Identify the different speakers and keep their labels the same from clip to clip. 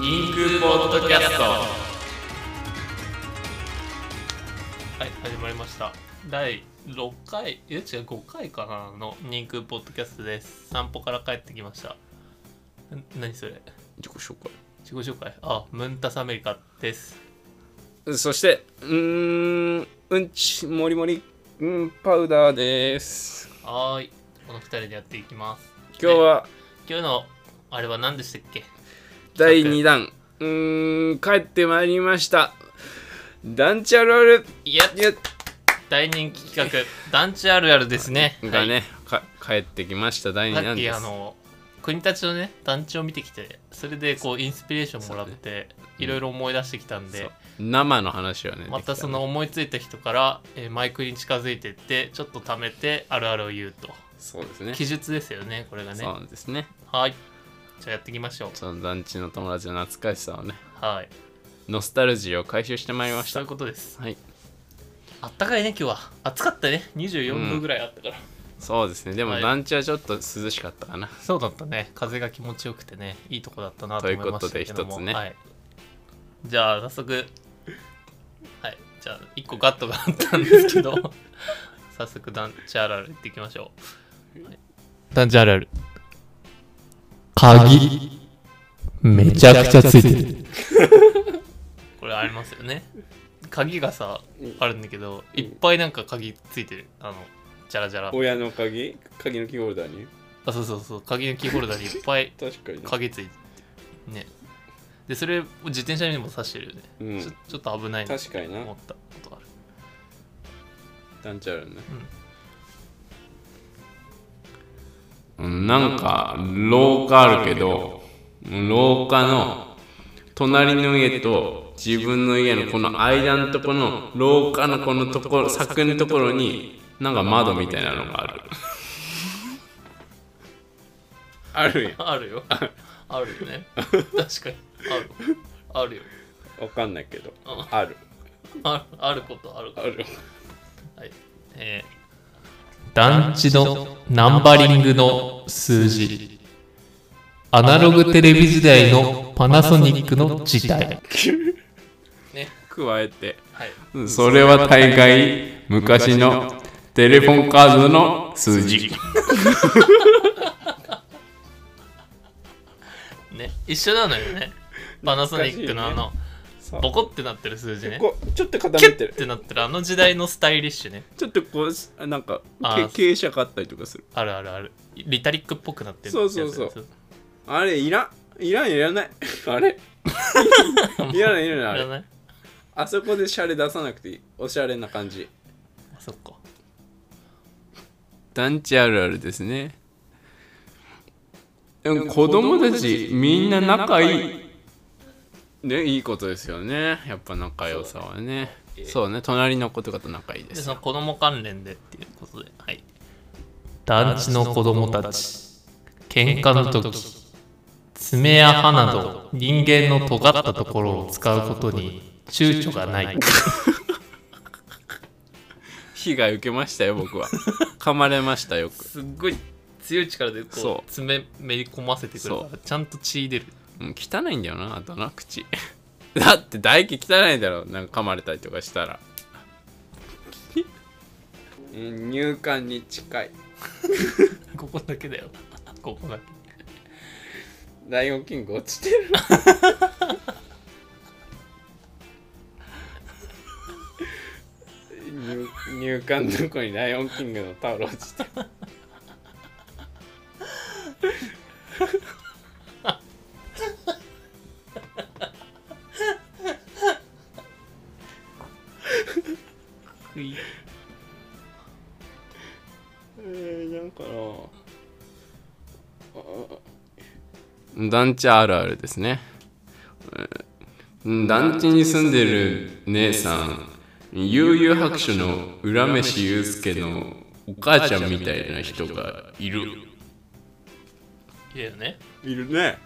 Speaker 1: 人空ポッドキャスト
Speaker 2: はい、始まりました。第6回、え、違う、5回かなの人空ポッドキャストです。散歩から帰ってきました。ん何それ
Speaker 1: 自己紹
Speaker 2: 自己紹介あ、ムンタスアメリカです。
Speaker 1: 介そしてうーんうんちもりもりうんパウダーです
Speaker 2: はーい。この2人でやっていきます。
Speaker 1: 今日は
Speaker 2: 今日の、あれは何でしたっけ
Speaker 1: 第2弾うーん帰ってまいりましたダンチャロール
Speaker 2: いや、
Speaker 1: いや
Speaker 2: 大人気企画、団地あるあるですね。
Speaker 1: がね、か帰ってきました第
Speaker 2: はい、さっ
Speaker 1: 2弾
Speaker 2: き
Speaker 1: です
Speaker 2: あの、国たちのね、団地を見てきて、それでこう、インスピレーションもらって、いろいろ思い出してきたんで
Speaker 1: そ、う生の話はね
Speaker 2: また
Speaker 1: でき
Speaker 2: その思いついた人から、えーマイクに近づいていってちょっと貯めてあるあるを言うと
Speaker 1: そうですね
Speaker 2: 記述ですよねこれがね
Speaker 1: そうなんですね
Speaker 2: はいじゃあやっていきましょう
Speaker 1: その団地の友達の懐かしさをね
Speaker 2: はい
Speaker 1: ノスタルジーを回収してまいりまし
Speaker 2: そうい
Speaker 1: た
Speaker 2: うことです
Speaker 1: はい
Speaker 2: あったかいね今日は暑かったね24度ぐらいあったから、
Speaker 1: そうですねでも
Speaker 2: はい
Speaker 1: 団地はちょっと涼しかったかな、
Speaker 2: そうだったね風が気持ちよくてねいいとこだったなと思いましたけども
Speaker 1: ということで一つね
Speaker 2: はい、じゃあ早速はいじゃあ1個ガットがあったんですけど 早速団地あるあるいっていきましょう、はい、団地あるある
Speaker 3: 鍵めちゃくちゃついてる
Speaker 2: これありますよね鍵がさあるんだけどいっぱいなんか鍵ついてるあのジャラジャラ
Speaker 1: 親の鍵鍵のキーホルダーに
Speaker 2: あそうそうそう鍵のキーホルダーにいっぱい
Speaker 1: 確かに
Speaker 2: 鍵ついてるねでそれを自転車にも刺してるよね、
Speaker 1: うん
Speaker 2: ちょちょっと危ないなって
Speaker 1: 確かにな
Speaker 2: 思ったことある
Speaker 1: 団地あるねうんなんか廊下あるけど廊下の隣の家と自分の家のこの間のとこの廊下のこのところ柵のところになんか窓みたいなのがある ある
Speaker 2: あるよ あるよね確かにあるあるよ
Speaker 1: やんわかんないけど
Speaker 2: うん
Speaker 1: ある
Speaker 2: あるあることあるから
Speaker 1: る
Speaker 2: はいえー団地のナンバリングの数字アナログテレビ時代のパナソニックの時代ね
Speaker 1: 加えて
Speaker 2: はい
Speaker 1: それは大概昔のテレフォンカードの数字
Speaker 2: ね一緒なのよねパナソニックのあの
Speaker 1: そう
Speaker 2: ボコってなってる数字ね
Speaker 1: こうちょっと
Speaker 2: キ
Speaker 1: 傾
Speaker 2: ュ
Speaker 1: いて
Speaker 2: ッ
Speaker 1: る
Speaker 2: てなってるあの時代のスタイリッシュね
Speaker 1: ちょっとこうしなんか
Speaker 2: あ
Speaker 1: け
Speaker 2: ー
Speaker 1: 傾斜があったりとかする
Speaker 2: あるあるあるリタリックっぽくなってる
Speaker 1: そうそうそうあれいらんいらんいらない あれいらないいらないあ
Speaker 2: あれ
Speaker 1: れ
Speaker 2: ない
Speaker 1: あそこでシャレ出さなくていいおしゃれな感じ
Speaker 2: あそっか
Speaker 1: 団地あるあるですねでも子供たちみんな仲いいねいいことですよねやっぱ仲良さはねそうね隣の子とかと仲いいで
Speaker 2: ですその子供関連でっていうことではい団地の子供たち喧嘩の時爪や歯など人間の尖ったところを使うことに躊躇がない
Speaker 1: 被害受けましたよ僕は噛まれましたよく、
Speaker 2: すっごい強い力で
Speaker 1: そう
Speaker 2: 爪めり込ませて
Speaker 1: そ
Speaker 2: ちゃんと血出る
Speaker 1: うん、汚いんだよなあとな口 だって唾液汚いだろなんか噛まれたりとかしたら入管に近い
Speaker 2: ここだけだよここだけ
Speaker 1: ライオンキング落ちてる入入管の子にライオンキングのタオル落ちてるえー、なんかな団地あるあるですねうん団地に住んでる姉さん悠々白書の浦飯祐介のお母ちゃんみたいな人がいる
Speaker 2: いるよね
Speaker 1: いるね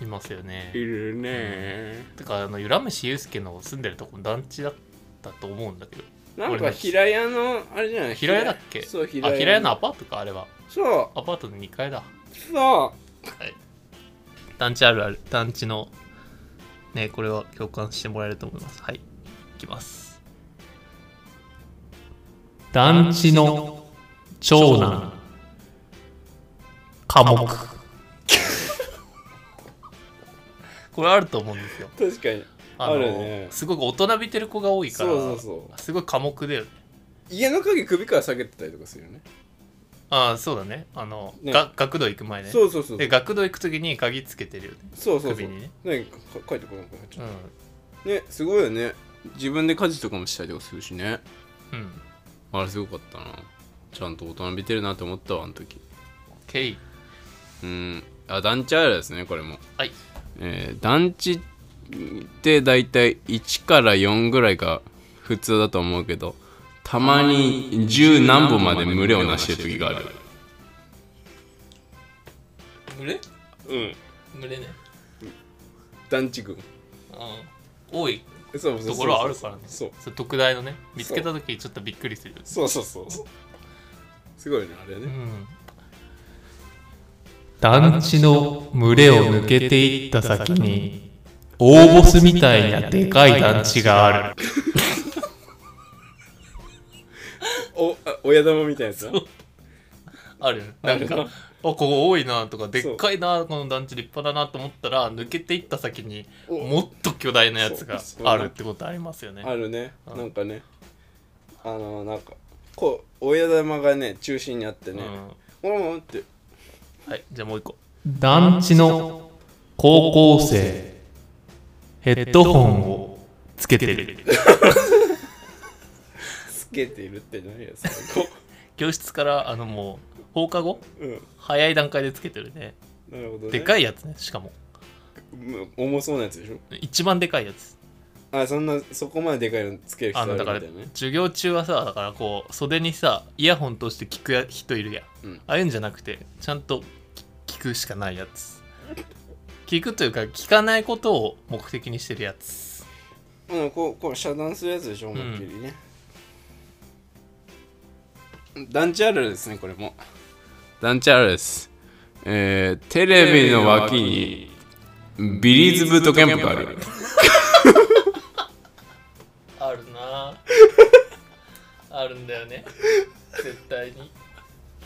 Speaker 2: いますよね
Speaker 1: るね
Speaker 2: てかあの浦飯祐介の住んでるとこ団地だったと思うんだけど
Speaker 1: なんか平屋のあれじゃない
Speaker 2: 平屋だっけ
Speaker 1: そう平
Speaker 2: あ
Speaker 1: 屋
Speaker 2: 平屋のアパートかあれは
Speaker 1: そう
Speaker 2: アパートの2階だ
Speaker 1: そう
Speaker 2: はい。団地あるある団地のねこれは共感してもらえると思いますはいいきます
Speaker 3: 団地の長男
Speaker 2: 科目 これあると思うんですよ
Speaker 1: 確かに
Speaker 2: あの
Speaker 1: あるね
Speaker 2: すごく大人びてる子が多いから
Speaker 1: そうそうそう
Speaker 2: すごい科目だよね
Speaker 1: 家の鍵首から下げてたりとかするよね
Speaker 2: ああそうだねあの
Speaker 1: ね
Speaker 2: が学童行く前ね
Speaker 1: そうそうそう
Speaker 2: で学童行く時に鍵つけてるよね
Speaker 1: そうそうそ
Speaker 2: 首
Speaker 1: う
Speaker 2: にね
Speaker 1: ねか書いてこなくなっち
Speaker 2: う
Speaker 1: ゃ
Speaker 2: ん
Speaker 1: うねすごいよね自分で家事とかもしたりとかするしね
Speaker 2: うん
Speaker 1: あれすごかったなちゃんと大人びてるなって思ったわあの時
Speaker 2: OK
Speaker 1: うんあ団地あるですねこれも
Speaker 2: はい
Speaker 1: えー団地って大体1から4ぐらいが普通だと思うけどたまに10何本まで無料なしてる時がある
Speaker 2: 群れ
Speaker 1: うん
Speaker 2: 群れね
Speaker 1: 団地群
Speaker 2: うん多い
Speaker 1: そうそうそう
Speaker 2: ところはあるからね
Speaker 1: そう
Speaker 2: そう特大のね見つけた時ちょっとびっくりするよね
Speaker 1: そうそうそうそうすごいねあれ
Speaker 2: う
Speaker 1: ね
Speaker 2: ん
Speaker 3: 団地の群れを抜けていった先に大ボスみたいなでかい団地がある
Speaker 1: おあ親玉みたいなやつな
Speaker 2: あるよねなん
Speaker 1: ある
Speaker 2: かあここ多いなとかでっかいなこの団地立派だなと思ったら抜けていった先に
Speaker 1: お
Speaker 2: もっと巨大なやつが
Speaker 1: そうそう
Speaker 2: あるってことありますよね
Speaker 1: あるね
Speaker 2: うん
Speaker 1: なんかねあのなんかこう親玉がね中心にあって
Speaker 2: う
Speaker 1: ね
Speaker 2: ん
Speaker 1: 「おお」って
Speaker 2: はいじゃあもう一個
Speaker 3: 団地の高校生ヘッドホンをつけてる
Speaker 1: つけているって何やそこ
Speaker 2: 教室からあのもう放課後
Speaker 1: うん
Speaker 2: 早い段階でつけてるね
Speaker 1: なるほどね
Speaker 2: でか
Speaker 1: い
Speaker 2: いやつねしかも
Speaker 1: 重そうなやつでしょ
Speaker 2: 一番でかいやつ
Speaker 1: あそんなそこまででかいのつける人
Speaker 2: あ
Speaker 1: ある
Speaker 2: の
Speaker 1: み
Speaker 2: だ
Speaker 1: た
Speaker 2: か
Speaker 1: い
Speaker 2: ら
Speaker 1: なね
Speaker 2: 授業中はさだからこう袖にさイヤホン通して聞くや人いるやん、
Speaker 1: うん
Speaker 2: ああいうんじゃなくてちゃんと聞聞くしかないやつ聞くというか聞かないことを目的にしてるやつ
Speaker 1: うんこうこう遮断するやつでしょ思いっきりね、団地あるあるですねこれも団地あるあるですえー、テレビの脇にビリーズブートキャンプがある
Speaker 2: あるなあるんだよね絶対に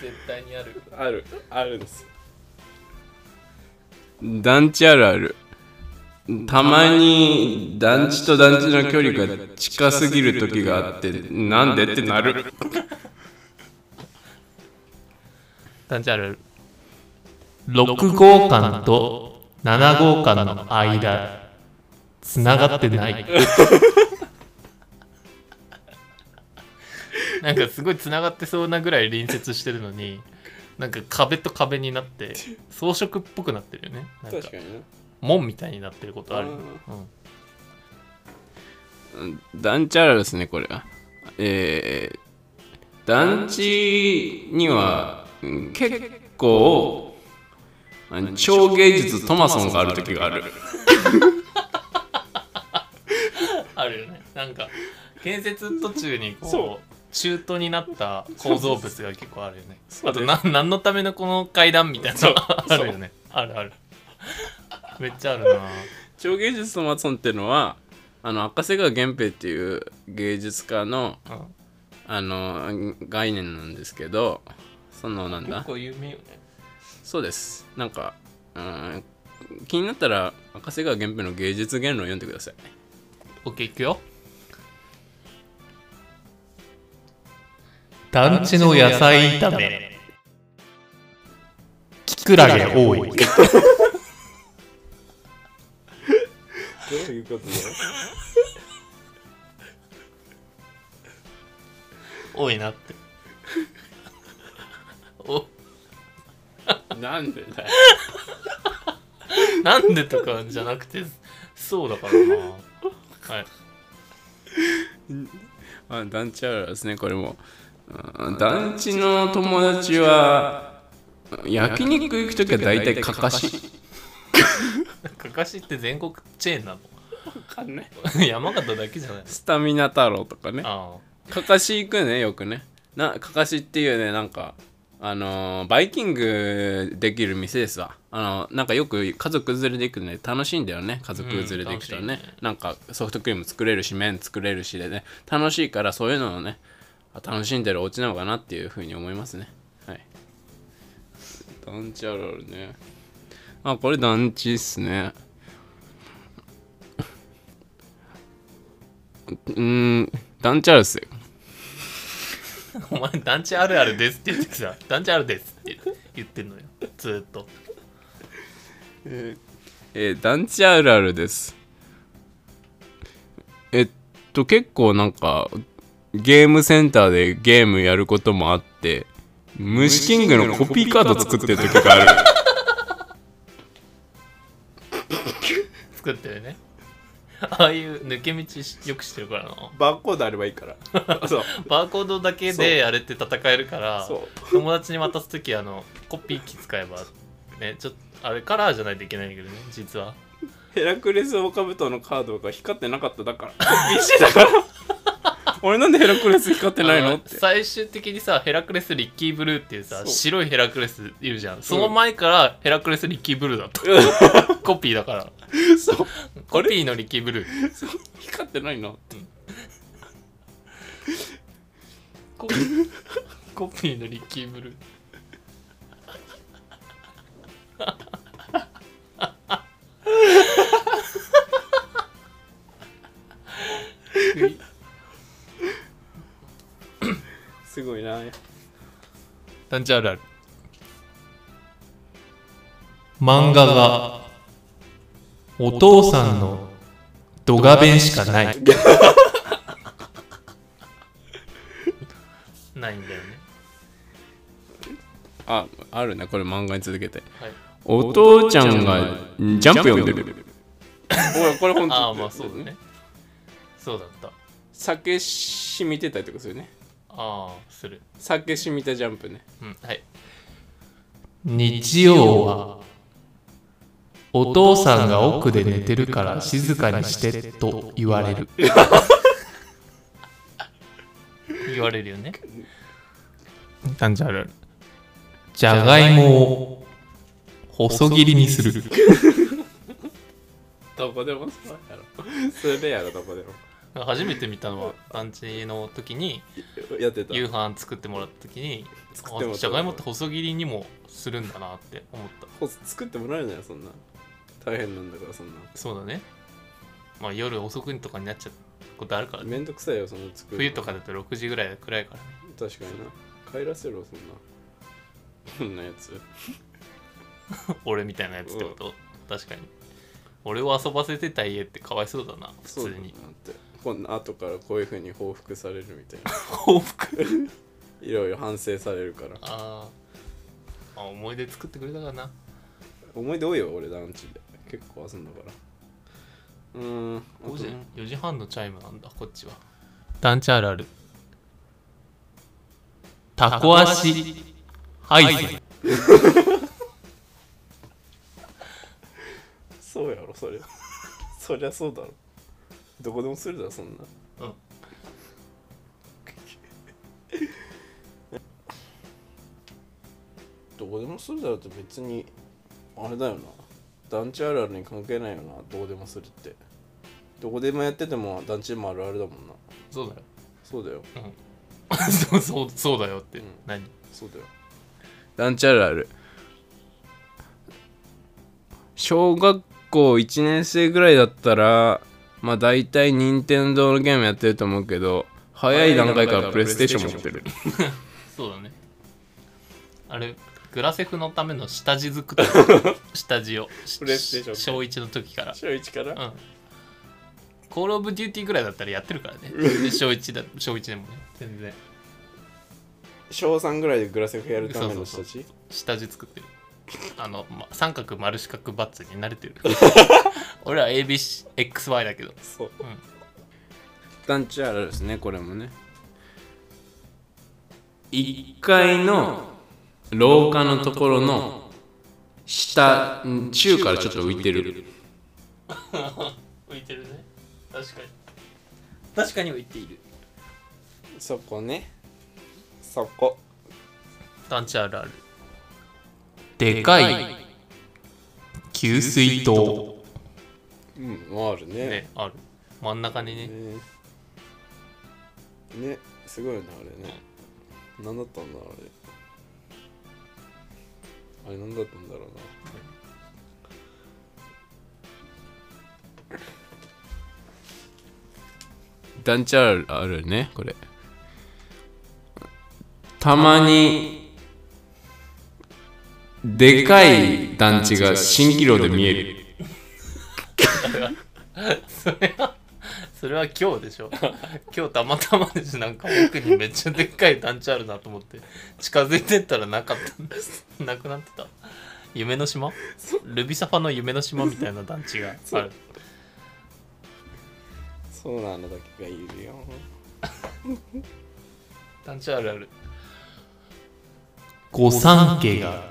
Speaker 2: 絶対にある
Speaker 1: あるあるんです団地あるあるたまに団地と団地の距離が近すぎる時があってなんでってなる
Speaker 2: 団地あるある
Speaker 3: 6号館と7号館の間つながってな い
Speaker 2: なんかすごい繋がってそうなぐらい隣接してるのになんか壁と壁になって装飾っぽくなってるよねなんか
Speaker 1: 確かにね
Speaker 2: 門みたいになってることあるよね、うん、
Speaker 1: 団地あるあるですねこれはえー、団地にはうん結構あの超芸術トマソンがある時がある
Speaker 2: あるよねなんか建設途中に
Speaker 1: そ
Speaker 2: こう中途になった構造物が結構あるよ ね
Speaker 1: そう
Speaker 2: あとな何のためのこの階段みたいな
Speaker 1: そ
Speaker 2: の
Speaker 1: う
Speaker 2: があるよねあるあるめっちゃあるな
Speaker 1: 超芸術トマソンってのはあの赤瀬川源平っていう芸術家の
Speaker 2: うん
Speaker 1: あの概念なんですけどそのなんだ
Speaker 2: 結構有名よね
Speaker 1: そうですなんかうん気になったら赤瀬川源平の芸術言論を読んでください
Speaker 2: OK いくよ
Speaker 3: 団地の野菜炒めキクラゲ多い
Speaker 1: どういうことだ
Speaker 2: 多いなって お
Speaker 1: なんでだよ
Speaker 2: なんでとかじゃなくてそうだからなはい
Speaker 1: あ団地あるあるですねこれもうん団地の友達は焼肉行く時は大体かかし
Speaker 2: かかしって全国チェーンな
Speaker 1: かんない
Speaker 2: の 山形だけじゃない
Speaker 1: スタミナ太郎とかね
Speaker 2: あ
Speaker 1: かかし行くねよくねなかかしっていうねなんかあのーバイキングできる店ですわあのなんかよく家族連れで行くとね楽しいんだよね家族連れで行くとね,、
Speaker 2: うん楽しいね
Speaker 1: なんかソフトクリーム作れるし麺作れるしでね楽しいからそういうのをねあ楽しんでるお家なのかなっていうふうに思いますねはい団地あるあるねあこれ団地っすねうーん団地あるっすよ
Speaker 2: お前団地あるあるですって言ってさ団地あるですって言ってんのよずーっと
Speaker 1: えー団地あるあるですえっと結構なんかゲームセンターでゲームやることもあって虫キングのコピーカード作ってる時がある
Speaker 2: 作ってるねああいう抜け道よくしてるからな
Speaker 1: バーコードあればいいから そう
Speaker 2: バーコードだけであれって戦えるから
Speaker 1: そ
Speaker 2: 友達に渡す時あのコピー機使えばねちょっとあれカラーじゃないといけないんだけどね実は
Speaker 1: ヘラクレスオオカブトのカードが光ってなかっただからコピーしてたから 俺なんでヘラクレス光ってない
Speaker 2: あ
Speaker 1: の
Speaker 2: の
Speaker 1: って
Speaker 2: 最終的にさヘラクレスリッキーブルーっていうさ
Speaker 1: そう
Speaker 2: 白いヘラクレスいるじゃんその前からヘラクレスリッキーブルーだった コピーだから
Speaker 1: そう
Speaker 2: コピーのリッキーブルー
Speaker 1: 光ってないのって
Speaker 2: コピーコピーのリッキーブルー
Speaker 1: すごいな
Speaker 2: 団地あるある
Speaker 3: 漫画がお父さんのドガ弁しか ない
Speaker 2: ない んだよね
Speaker 1: ああるねこれ漫画に続けて
Speaker 2: はい
Speaker 1: お父ちゃんがジャンプ読んでる。おいこれ本当
Speaker 2: ああまあそうだねそうだった
Speaker 1: 酒しみてたりとかするね。
Speaker 2: ああする
Speaker 1: 酒しみたジャンプね。
Speaker 2: うんはい
Speaker 3: 日曜はお父さんが奥で寝てるから静かにしてと言われる
Speaker 2: 言われるよね
Speaker 3: なんじゃるじゃがいもを細切りにする
Speaker 1: どこでもそうやろ。それやろ、どこでも。
Speaker 2: 初めて見たのは団地の時に
Speaker 1: やってた。
Speaker 2: 夕飯作ってもらった時に
Speaker 1: 作ってもらった
Speaker 2: あじゃがいもって細切りにもするんだなって思った
Speaker 1: ほ作ってもらえるじゃん、そんな。大変なんだから、そんな。
Speaker 2: そうだねまあ夜遅くとかになっちゃうことあるからね
Speaker 1: めんどくさいよ、その作る。
Speaker 2: 冬とかだと6時ぐらい暗いからね
Speaker 1: 確かにな。帰らせろ、そんな。こんなやつ。
Speaker 2: 俺みたいなやつってこと確かに俺を遊ばせてた家ってかわいそうだな普
Speaker 1: そう
Speaker 2: 通
Speaker 1: だなっ
Speaker 2: に
Speaker 1: て。こんな後からこういうふうに報復されるみたいな。
Speaker 2: 報復
Speaker 1: いろいろ反省されるから。
Speaker 2: あーあ思い出作ってくれたからな
Speaker 1: 思い出多いよ俺団地で結構遊んだからうーんあと
Speaker 2: 5時4時半のチャイムなんだこっちは
Speaker 3: 団地あるあるタコ足はい
Speaker 1: そうやろそりゃ そりゃそうだろどこでもするだろそんな
Speaker 2: うん
Speaker 1: どこでもするだろって別にあれだよな団地あるあるに関係ないよなどこでもするってどこでもやってても団地でもあるあるだもんな
Speaker 2: そうだよ
Speaker 1: そうだよ
Speaker 2: そうそうそうだよって、
Speaker 1: うん
Speaker 2: 何
Speaker 1: そうだよ団地あるある小学校1年生ぐらいだったらまあ大体任天堂のゲームやってると思うけど早い段階からプレイステーション持ってる
Speaker 2: そうだねあれグラセフのための下地作っ た下地を
Speaker 1: プレイステーション
Speaker 2: し小1の時から
Speaker 1: 小1から
Speaker 2: うんコールオブデューティーぐらいだったらやってるからねで小1だ小1でもね全然
Speaker 1: 小3ぐらいでグラセフやるための人
Speaker 2: そう
Speaker 1: た
Speaker 2: そ
Speaker 1: ち
Speaker 2: 下地作ってるあの、ま、三角丸四角バッツに慣れ てる俺は ABXY だけど
Speaker 1: そう
Speaker 2: うん
Speaker 1: 団地あるあるですねこれもね1階の廊下のところの下ん中からちょっと浮いてる
Speaker 2: 浮いてるね確かに確かに浮いている
Speaker 1: そこねそこ
Speaker 2: 団地あるある
Speaker 3: でかい給水塔
Speaker 1: うんあるね
Speaker 2: ねある真ん中にね
Speaker 1: ねねすごいなあれね何だったんだろうあれあれ何だったんだろうな団地あるあるねこれたまにでかい団地が蜃気楼で見える
Speaker 2: それは今日でしょ 今日たまたまでしなんか奥にめっちゃでっかい団地あるなと思って近づいてったらなかったんですなくなってた夢の島ルビサファの夢の島みたいな団地がある
Speaker 1: そうなのだけがいるよ
Speaker 2: 団地あるある
Speaker 3: 御三家が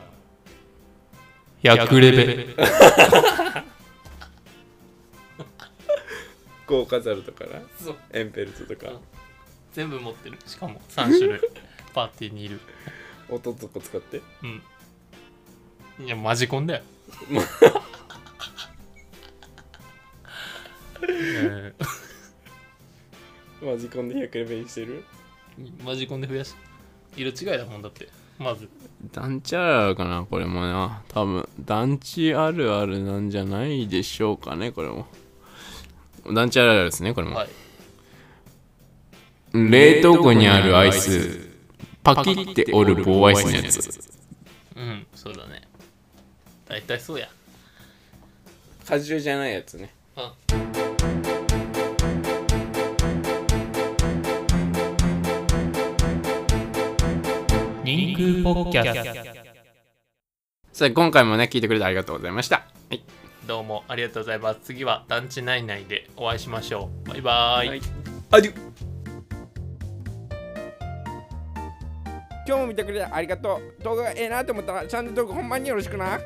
Speaker 3: 百レベ
Speaker 1: 豪華ザルとかな
Speaker 2: そう
Speaker 1: エンペルトとか
Speaker 2: 全部持ってるしかも3種 類パーティーにいる
Speaker 1: 音とか使って
Speaker 2: うんいやマジコンだよえ
Speaker 1: マジコンで100レベルにしてる
Speaker 2: ーマジコンで増やし色違いだもんだってまず
Speaker 1: 団地あるあるかなこれもな多分団地あるあるなんじゃないでしょうかねこれも団地あるあるですねこれも、
Speaker 2: はい
Speaker 1: 冷凍庫にあるアイスパキって折る棒アイスのやつ
Speaker 2: うんそうだね大体そうや
Speaker 1: 果汁じゃないやつね
Speaker 2: あ
Speaker 3: リンクポッキャ
Speaker 1: さあ今回もね聞いてくれてありがとうございましたはい
Speaker 2: どうもありがとうございます次は団地内内でお会いしましょうバイバーイ、
Speaker 1: アデュ今日も見てくれてありがとう動画がええなと思ったらチャンネル登録ほんまによろしくな